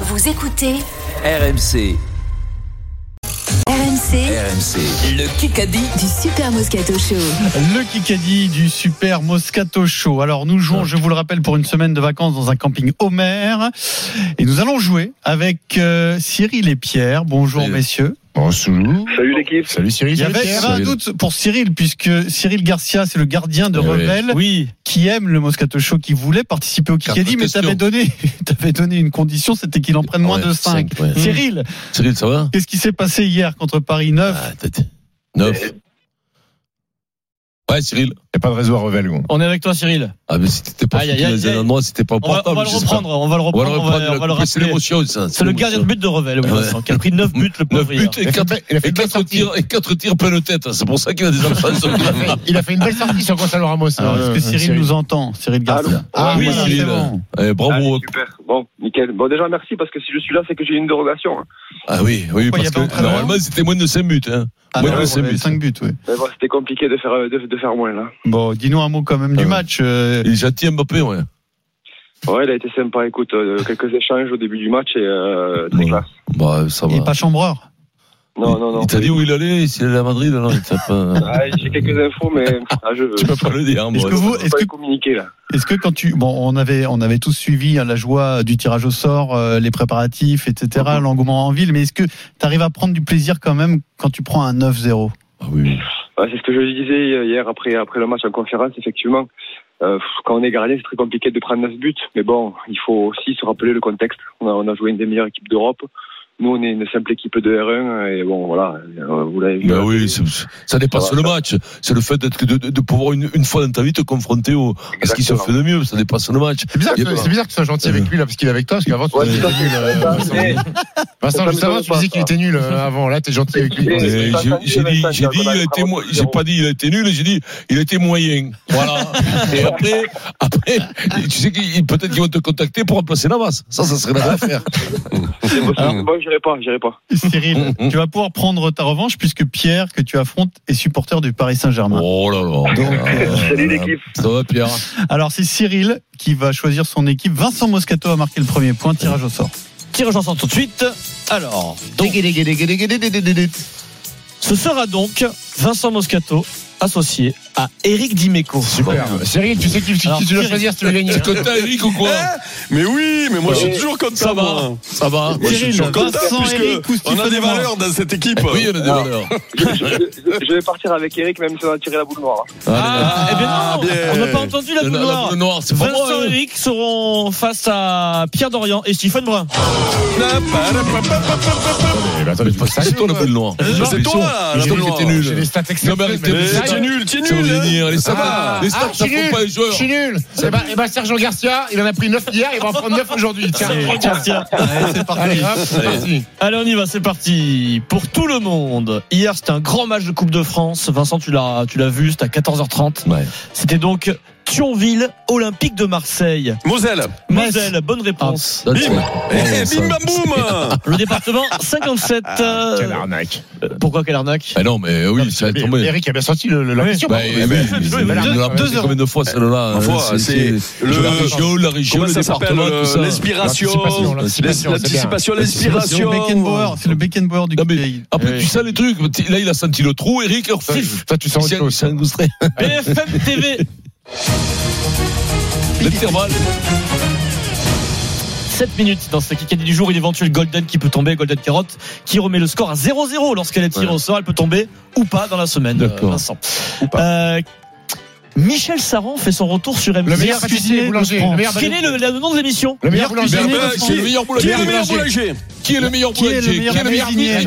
Vous écoutez RMC, RMC RMC, le Kikadi. du Super Moscato Show. Le Kikadi du Super Moscato Show. Alors nous jouons, je vous le rappelle, pour une semaine de vacances dans un camping Homer. Et nous allons jouer avec euh, Cyril et Pierre. Bonjour Salut. messieurs. Oh, Bonjour. Salut l'équipe. Salut Cyril. Il y avait un doute pour Cyril, puisque Cyril Garcia, c'est le gardien de Eh oui. Rebelle, qui aime le Moscato Show, qui voulait participer au Kikadi, Quatre mais t'avais questions. donné, t'avais donné une condition, c'était qu'il en prenne moins de 5. Cyril, Cyril, ça va qu'est-ce qui s'est passé hier contre Paris 9 ah, t'as- t'as- Neuf. Ouais, Cyril. Il n'y a pas de réseau à Revel. gros. On est avec toi, Cyril. Ah, mais si t'étais pas Aïe, foutu aïe, dans un aïe. endroit, c'était pas On va, on portable. va le j'espère. reprendre. On va le On va le reprendre. On va, on va le reprendre. C'est rappeler. l'émotion, ça. C'est le gardien de but de Revel, oui, Ouais. Vincent, qui a pris 9 buts le 9 pauvre buts hier. et Il a fait 4 une belle- il a fait une belle sortie. tirs, et quatre tirs plein de tête. hein. C'est pour ça qu'il a des absences. Il a fait une belle sortie Ah, sur Gonzalo Ramos. hein. Alors, est-ce que Ah, Cyril, nous entend Cyril Garcia. Ah oui, voilà, Cyril. c'est bon. Eh, bravo. Allez, super. Bon, nickel. Bon, déjà, merci parce que si je suis là, c'est que j'ai une dérogation. hein. Ah oui, oui, Pourquoi il y parce a pas que entraîneur normalement, c'était moins de 5 buts. Hein. Ah, Moins non, de on 5 avait buts. cinq buts, oui. Mais bon, c'était compliqué de faire, euh, de, de faire moins, là. Bon, dis-nous un mot quand même du Ouais. match. euh, Il est gentil Mbappé, ouais. Ouais, il a été sympa. Écoute, euh, quelques échanges au début du match et euh, très Ouais. classe. Bah, ça Il va. n'est pas chambreur. Non, non, non. Il t'a dit où il allait, s'il allait à Madrid, non, il t'a pas. Ah, j'ai quelques infos, mais ah, je veux. Tu peux pas le dire, hein, Est-ce moi. que vous, Je peux est-ce pas que, les communiquer, là. est-ce que quand tu, bon, on avait, on avait tous suivi hein, la joie du tirage au sort, euh, les préparatifs, etc., l'engouement en ville, mais est-ce que tu arrives à prendre du plaisir quand même quand tu prends un 9-0 Ah oui, oui. Ouais, c'est ce que je disais hier après, après le match en conférence, effectivement. Euh, pff, quand on est gardien, c'est très compliqué de prendre 9 buts. Mais bon, il faut aussi se rappeler le contexte. On a, on a joué une des meilleures équipes d'Europe. Nous, on est une simple équipe de R1. Et bon, voilà, euh, vous l'avez vu. Ben oui, c'est- ça dépasse Ça va. le match. C'est le fait d'être, de, de- de pouvoir une, une fois dans ta vie te confronter au, à ce qui se Exactement. fait de mieux. Ça dépasse le match. C'est bizarre, Il y a que- pas- c'est bizarre que tu sois gentil avec lui là, parce qu'il est avec toi, parce qu'avant tu Ouais, disais tout à nul. euh, Vincent. Eh, Vincent, Ça juste avant, tu m'étonne disais pas, qu'il ça. était nul euh, avant. Là, t'es gentil avec lui. Et- Euh, c'est j'ai- pas j'ai ça, dit, j'ai Vincent, dit, il y a il pas a mal été, de mo- travaux. j'ai pas dit il a été nul, j'ai dit il a été moyen. Voilà. Et après, après, tu sais qu'ils peut-être qu'ils vont te contacter pour remplacer Navas. Ça, ça serait la bonne affaire. c'est possible. Bon, j'irai pas, j'irai pas. Cyril, tu vas pouvoir prendre ta revanche puisque Pierre, que tu affrontes, est supporter du Paris Saint-Germain. Oh là là. euh, Salut l'équipe. Ça va, Pierre? Alors c'est Cyril qui va choisir son équipe. Vincent Moscato a marqué le premier point, tirage au sort. Tirage en sort tout de suite. Alors, donc, ce sera donc Vincent Moscato associé à Eric Dimeco. Super. Cyril, tu sais qui, qui Alors, tu dois Cyril- choisir si tu veux gagner. hein T'es content, Eric, ou quoi? Mais oui, mais moi je suis Ouais. toujours comme Ça ça, va. moi. Ça va? Moi, je suis Cyril, toujours comme ça, Vincent, puisque Eric, ou on a Stephen des Moore. valeurs dans cette équipe. Eh Oui, il y en a des Ah. valeurs. Je, je- je vais partir avec Eric, même si on a tiré la boule noire. hein. Ah, Ah, eh bien non, bien. on n'a pas entendu la Le- boule Euh, la noire. boule noire, c'est pas moi, Vincent hein. et Eric seront face à Pierre Dorian et Stephen Brun. Bah, Eh ben, attends, mais Mais tu peux parce que C'est saluer, toi la quoi. boule noire. C'est toi, là, J'ai la dit boule que noire. t'étais J'ai nul. des stats exceptionnelles. mais Mais c'est t'es vrai. nul, t'es Ça veut nul. hein. dire, Les Ah, stats, les ah, stats, je ça suis prend nul, pas les joueurs. je suis nul. Eh ben, eh ben, Sergio Garcia, il en a pris 9 hier, il va en prendre 9 aujourd'hui. Tiens, Tiens, tiens. tiens. c'est Allez, hop, c'est parti. Allez, on y va, c'est parti. Pour tout le monde. Hier, c'était un grand match de Coupe de France. Vincent, tu l'as, tu l'as vu, c'était à 14h30. Ouais. C'était donc Thionville, Olympique de Marseille. Moselle. Oh, Moselle, bonne réponse. That's Bim. it. Eh, bim bam boum. Ah, Le département 57. euh, Quelle arnaque. pourquoi quelle arnaque Ah non, mais oui, ça a Mais- tombé. Eric a bien sorti le, le, la question. Bah, par oui, contre. mais Mais- c'est- mais- mais- mais- mais- mais- mais- Combien de fois celle-là hein, Fois, c'est- c'est c'est- le- La région, la région, Comment le ça s'appelle département, tout euh, ça. L'inspiration. L'anticipation, c'est bien. L'anticipation, C'est le l'inspiration. Beckenbauer, c'est le Beckenbauer du Non, mais- pays. Après, tu sens les trucs. Là, il a senti le trou, Eric. alors, Ça, pif, ça, tu Il sens s'est autre chose. il s'est engoustré. BFM TV. L'intervalle. 7 minutes dans ce Kikadi du jour, une éventuelle Golden qui peut tomber, Golden Carotte, qui remet le score à 0-0 lorsqu'elle est tirée Ouais. au sort. Elle peut tomber ou pas dans la semaine, D'accord. euh, Vincent. Euh, Michel Saran fait son retour sur Le M6. meilleur pâtissier cuisinier boulanger. de France. Le meilleur Quel est le, le nom de l'émission Le meilleur boulanger. Ben, Le ben, meilleur Qui est le meilleur boulanger Qui est le meilleur boulanger Qui est le meilleur Qui est le boulanger Qui est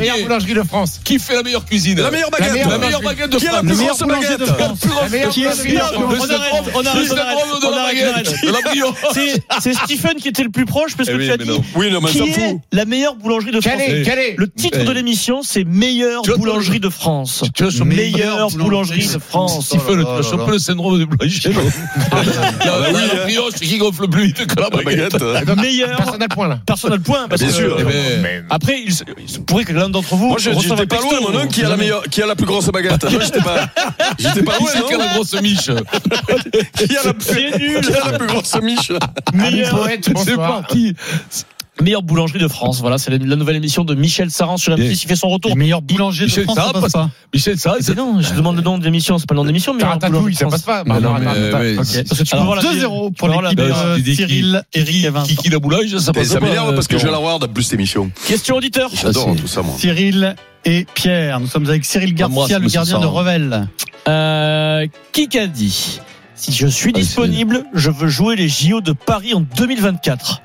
meilleur le meilleur cuisinier La meilleure cuisinier boulangerie de France. Qui fait la meilleure cuisine La meilleure La baguette. meilleure La meilleure baguette de Qui a la France. plus meilleure grosse boulanger baguette de France. La meilleure Qui est le boulanger meilleur de Le France. On syndrome- le arrête, on arrête, on arrête, syndrome de on la arrête, baguette, on arrête. de la brioche. C'est c'est Stephen qui était le plus proche parce que Eh oui, tu as mais dit non. Oui, non, mais on qui s'en est fout. la meilleure boulangerie de France. Quel est, quel est Le titre Eh. de l'émission, c'est Meilleure Tu vois, boulangerie de France. Tu vois, sur Mais- Meilleure boulangerie de France. Stephen, Oh là tu as là là. chopé le syndrome du boulanger. non La la brioche qui gonfle plus vite que la La baguette. baguette. Meilleure Personne à point là. personnel point. Parce Bien que- sûr. Eh ben, Mais- Après, il se, il se pourrait que l'un d'entre vous Moi, je reçoive j'étais un pas texto. loin, mon homme, qui a la meilleure, qui a la plus grosse baguette. Moi, j'étais pas, j'étais pas Qui loin, c'est qui a non la grosse miche Qui a la plus, C'est nul. qui a la plus grosse miche Ami Meilleure- poète, C'est bonsoir. parti. meilleure boulangerie de France. Voilà, c'est la, la nouvelle émission de Michel Saran sur M6. Bien. Il fait son retour. Le meilleur boulanger de Michel France, ça Sarah passe pas. Michel Sarah, Mais non, je demande le nom de l'émission, c'est pas le nom de l'émission, mais meilleure Ratatouille, boulangerie de ça passe pas. France. Mais non, Pardon, mais, attends, euh, attends. ouais, Ok, parce que tu peux voir Alors, la 2-0 pour tu peux voir la l'équipe télé. euh, Qui- qui- Cyril, Eric et Vincent. Kiki la boulage, ça Et passe ça pas. m'énerve parce que je vais Pierrot. la voir de plus cette émission. Question auditeur. J'adore hein, tout ça, moi. Cyril et Pierre. Nous sommes avec Cyril Ah, moi, Garcia, ça me le gardien sent de ça, hein. Revel. Euh, qui qu'a dit Si je suis Ah, c'est- disponible, je veux jouer les JO de Paris en 2024.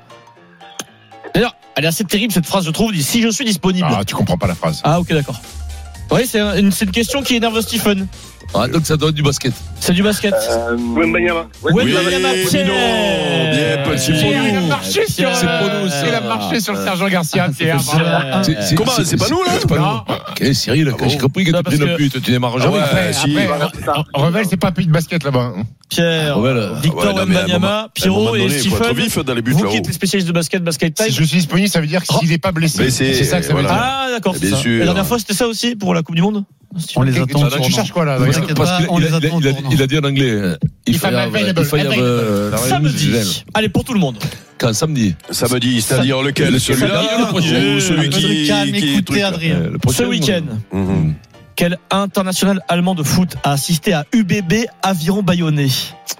D'ailleurs, elle est assez terrible cette phrase, je trouve. Dit si je suis disponible. Ah, tu comprends pas la phrase. Ah, ok, d'accord. Oui, c'est un- une, c'est une question qui énerve Stephen. Ah, donc ça donne du basket. C'est du basket. Euh, Wembanyama, oui, Pierre. Dino. Bien, Paul, c'est pour Il a nous. marché sur C'est euh, pour nous, ça. Il a marché sur le Sergent Garcia, Ah, c'est Pierre. pour ça. bravo. Euh, C'est- Comment, c'est pas nous, là C'est pas nous. Ok, Cyril, bon j'ai compris que Non, tu parce es une que- pute, tu démarres Ah jamais. ouais, Après, si. après, Revel, c'est pas un pays de basket là-bas. hein. Pierre, Ah ouais, là. Victor Ah ouais, là, mais à un Wembanyama, À un moment Pierrot et donné, il faut être Stephen. vif dans les buts Vous qui êtes là-haut. les spécialistes de basket, basket time. Si je suis disponible, ça veut dire Oh. qu'il n'est pas blessé. Blessé, C'est ça que ça veut voilà. dire. Ah, d'accord. Et c'est bien ça. sûr. La dernière fois, c'était ça aussi pour la Coupe du Monde On les Et- attend. et- Tu cherches quoi là Ah, Vous d'ailleurs inquiétez Parce pas, qu'il on il les a- il a- attend au il a- tournant. il a dit en anglais. euh, Il Il faut y fait avoir. available, Il faut y avoir. available. euh, la Samedi. Real Madrid. Allez, pour tout le monde. Quand samedi. Samedi, c'est-à-dire lequel Celui-là ou Samedi, le celui Un peu de qui. calme, qui- écoutez truc, là Adrien. Euh, le prochain, Ce week-end, Mhm. quel international allemand de foot a assisté à UBB Aviron Bayonnais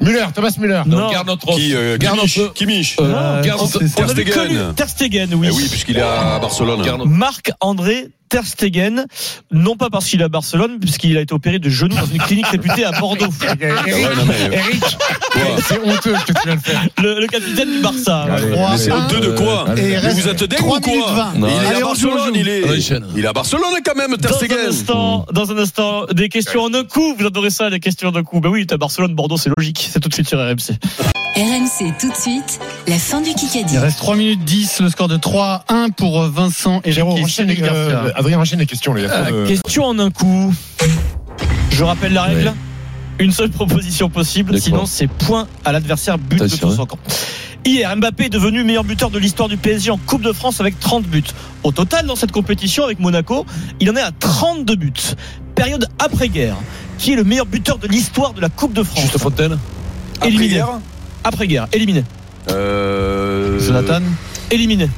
Ah, Muller, Thomas Muller. Donc, Non. garde notre offre. Qui euh, Garde Kimmich, notre- Kimmich. Euh, Oh, Euh, garde- c'est- garde- Ter On avait Stegen. connu Ter Stegen, oui. Eh oui, puisqu'il est Ah. à Barcelone. garde- Marc-André Ter Stegen, non pas parce qu'il est à Barcelone, puisqu'il a été opéré de genoux dans une clinique réputée à Bordeaux. Ah ouais, non, mais- Eric, Quoi c'est honteux ce que tu viens de faire. Le, le capitaine du Barça. Allez, Trois, laissez- un, deux de quoi Ah. et allez, allez, il Mais allez. reste vous êtes dingue trois ou minutes quoi vingt. Mais Il est Allez, à on joue, on Barcelone, joue. il Allez, est. chaîne. Il est à Barcelone quand même, Ter Dans un Stegen. instant, dans un instant, des questions en un coup. Vous adorez ça, les questions en un coup. Ben oui, à Barcelone, Bordeaux, c'est logique. C'est tout de suite sur RMC. RMC tout de suite, la fin du Kikadi. Il reste 3 minutes 10, le score de 3 1 pour euh, Vincent et Jérôme, Jérôme. enchaîne les, euh, Adrien, enchaîne les questions. Là, il y a Ah, trop de- Euh, Question en un coup. Je rappelle la règle. Une seule proposition possible, D'accord. sinon c'est point à l'adversaire, but de T'as sûr, tous en camp. Hier, Mbappé est devenu meilleur buteur de l'histoire du PSG en Coupe de France avec 30 buts. Au total, dans cette compétition avec Monaco, il en est à 32 buts. Période après-guerre. Qui est le meilleur buteur de l'histoire de la Coupe de France Juste Fontaine. Éliminé. Après-guerre Après-guerre. Éliminé. Euh, Zlatan Éliminé.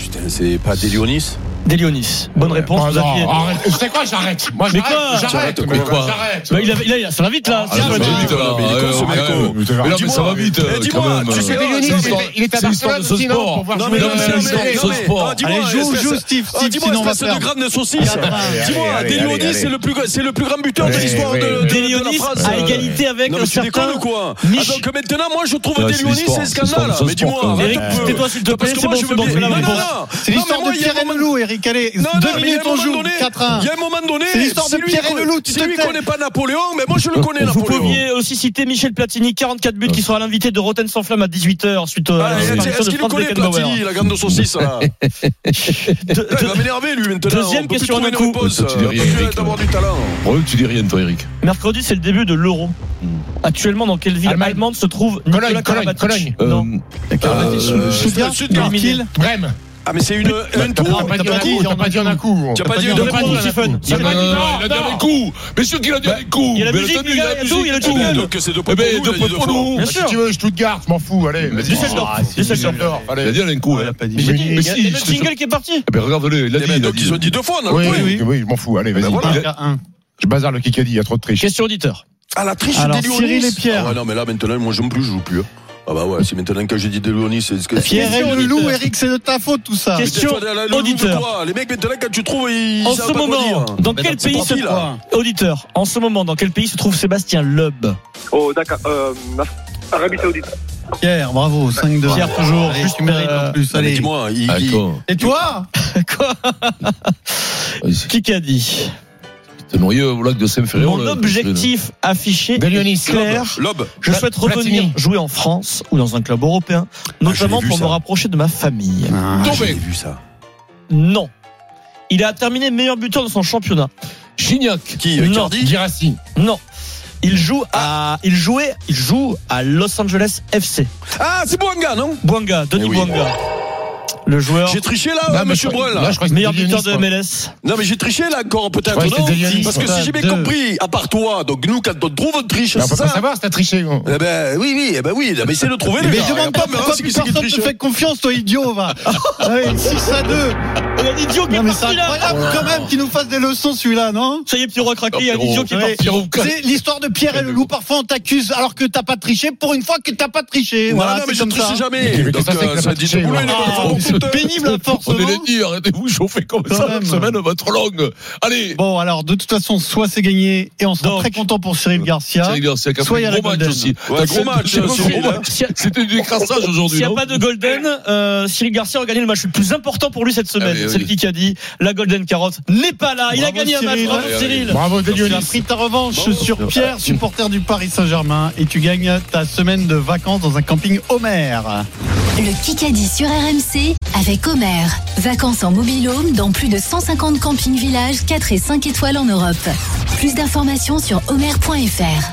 Putain, c'est pas Delionis Delionis. Bonne réponse. Oh, vous aviez- non, arrête. Tu sais quoi, j'arrête. Moi, Mais j'arrête. quoi J'arrête. T'arrêtes mais quoi J'arrête. Bah, il avait- il a- ça va vite là. Ah, C'est ça pas va le- vite, là. Mais il est con, ce Ouais, mec, ouais, oh. mais non, mais ça va vite. Eh, euh, dis-moi, quand même. tu sais, Euh, Delionis, c'est il est- l'histoire- il était à c'est l'histoire Barcelone, de ce sinon, sport. pour voir Non, jouer mais le- non, mais c'est le- l'histoire de le- ce le- sport. Ah, dis-moi, Allez, joue, espèce- joue, Steve, Ah, Steve, dis-moi, sinon on va espèce de perdre. grande saucisse. allez, Dis-moi, allez, allez, Delionis, c'est allez. le plus grand- c'est le plus grand buteur de Allez, l'histoire de allez, de- allez. de la Delionis France. à égalité avec euh, Non, un mais tu déconnes ou certain quoi Mich- Ah, Donc maintenant, moi, je trouve Ouais, c'est Delionis, l'histoire, c'est c'est l'histoire scandale. de ce Mais dis-moi, sport, quand même. arrête Eric, un peu. tais-toi s'il te plaît, Parce que c'est moi, bon, je c'est veux bon, bien- c'est la Non, réponse. non, non. C'est l'histoire Non, mais de moi, il y a Pierre un moment- Henneloup, Eric. Allez, Non, non, 2 mais il y a minutes un on moment joue. donné- 4 1. Il y a un moment donné, C'est l'histoire si de lui, Pierre il Henneloup, connaît- tu si te lui, il tais. connaît pas Napoléon, mais moi, je le connais, Vous Napoléon. pouviez aussi citer Michel Platini, 44 buts qui sera l'invité de Rotten sans flamme à 18h suite euh, à Ah, la Est-ce disparition est-ce de qu'il le Franz connaît, Beckenbauer. Platini, la gamme de saucisse, là De- de- Putain, Il va m'énerver, lui, maintenant. Deuxième on peut plus question trouver d'un une coup. réponse. Ça, tu dis On peut rien, plus Eric, d'avoir là. du talent. Problème, tu dis rien, toi, Eric. mercredi, c'est le début de l'euro. Actuellement, dans quelle ville Allemagne. allemande se trouve Nicolas Cologne, Cologne, Cologne. Karabatic Euh, Non. Karabatic, euh, je- Stuttgart, Stuttgart. Éliminé. Brême. Ah, mais c'est une, un T'as tour. pas dit t'as un pas dit, coup, t'as t'as pas pas dit dit en un coup. T'as pas dit un De tour. réponse, Stephen. Non, non, non, non, il a dit non. un coup. Mais sûr qu'il a dit un coup. il y a la Mais le musique, tenu, les gars, il y a tout, il y a le Ah, jingle. ben, Donc c'est deux points Eh pour ben, nous. deux il a points dit pour deux fois. nous. Bien Si sûr. tu veux, Stuttgart, je m'en fous, allez. Mais Vas-y. dis-le, Ah, Dorf, si, dis-le, dis-le, Dorf. Dorf, Il a allez. dit un coup. hein. Mais Mais oui, mais Il y a- si, il y a je le te- jingle qui est parti. Eh ben, regarde-le, il a Eh dit. il ben, a Donc dit. ils ont dit deux fois, non Oui, le point. oui, oui, je m'en fous, allez, vas-y. Ben voilà. 1. Je bazarde le Kikadi, il y a trop de triche. Question auditeur. Ah, la triche Alors, des Lyonnais. Cyril et Pierre. Ah ouais, non, mais là, maintenant, moi, je joue plus, je joue plus. hein. Ah, bah ouais, c'est maintenant que j'ai dit des Lyonnais, c'est ce que Pierre Question Henneloup, auditeur. Eric, c'est de ta faute tout ça. Question- Putain, tu vois, le- le- auditeur. le- quoi, Les mecs, maintenant, quand tu trouves, ils En savent ce pas quoi moment, dire. dans Mais quel non, c'est pays parti, se là. Quoi Auditeur, en ce moment, dans quel pays se trouve Sébastien Loeb Oh, d'accord. Euh, Arabie Saoudite. Pierre, bravo, 5 2. Pierre, toujours, Allez, juste, tu mérites euh, en plus. Ah, mais Allez. Dis-moi, il- Ah, il- con. Et toi Quoi Vas-y. Qui qu'a dit T'es noyé au lac de Saint-Ferréol. Mon là. objectif affiché De Lyonis. est clair. Lob. Je Pla- souhaite revenir Platini. jouer en France ou dans un club européen, notamment je l'ai Ah, vu, pour ça. me rapprocher de ma famille. Ah, Tombé. j'ai vu ça. Non. Il a terminé meilleur buteur de son championnat. Gignac. Qui Non. Cardi Girassi. Non. Il joue à, il jouait, il joue à Los Angeles FC. Ah, c'est Boanga, non Buanga, Denis Eh oui. Buanga. le joueur J'ai triché là, ouais, mais monsieur je- Brun, là. là, je crois que meilleur c'était buteur de Dionys, MLS. Non, mais j'ai triché là encore, peut-être. Ouais, non c'était Dionys, Parce que ça, si j'ai bien deux. compris, à part toi, donc nous, quand on te trouve, on triche, Mais On c'est peut ça hein pas savoir si t'as triché. gros. Eh ben oui, oui, eh ben oui, mais essaie de le trouver. les Mais gars. demande Regarde pas mais oh, pourquoi c'est plus qui c'est qui personne te triche. fait confiance, toi idiot, va. Allez, 6 à 2. Il y a l'idiot qui est Non, mais c'est parti là. incroyable quand même qu'il nous fasse des leçons, celui-là, non? Ça y est, petit roi craqué, il y a Oh, l'idiot qui est Ouais. parti. Pierrot, quatre. C'est l'histoire de Pierre et le loup. Parfois, on t'accuse alors que t'as pas triché pour une fois que t'as pas triché. Non, Voilà, non, mais c'est je comme ne triche ça. jamais. Mais Donc, qu'est-ce que c'est que euh, ça la dit triche, des boulets, ouais. les gars, Ah, faut c'est compter. pénible, à force. On est non les dire, arrêtez-vous chauffer comme Quand ça, même. la semaine va être longue. Allez, Bon, alors, de toute façon, soit c'est gagné et on sera Donc. très content pour Cyril Garcia. Cyril Garcia qui a Soit il y fait a un la gros match Golden. aussi. Ouais, T'as gros fait- match, c'est euh, pas Cyril, gros hein. match. C'était du décrassage S'il aujourd'hui. n'y a non pas de Golden, euh, Cyril Garcia a gagné le match le plus important pour lui cette semaine. Ah oui, C'est oui. le Kikadi. La Golden Carotte n'est pas là. Il a Bravo, gagné un match. Cyril. Bravo Ah oui, Cyril. Bravo, Tu Delionis. as pris ta revanche sur Pierre, supporter du Paris Saint-Germain, et tu gagnes ta semaine de vacances dans un camping Homer. Le Kikadi sur RMC avec Omer. Vacances en mobilhome dans plus de 150 campings villages 4 et 5 étoiles en Europe. Plus d'informations sur omer.fr.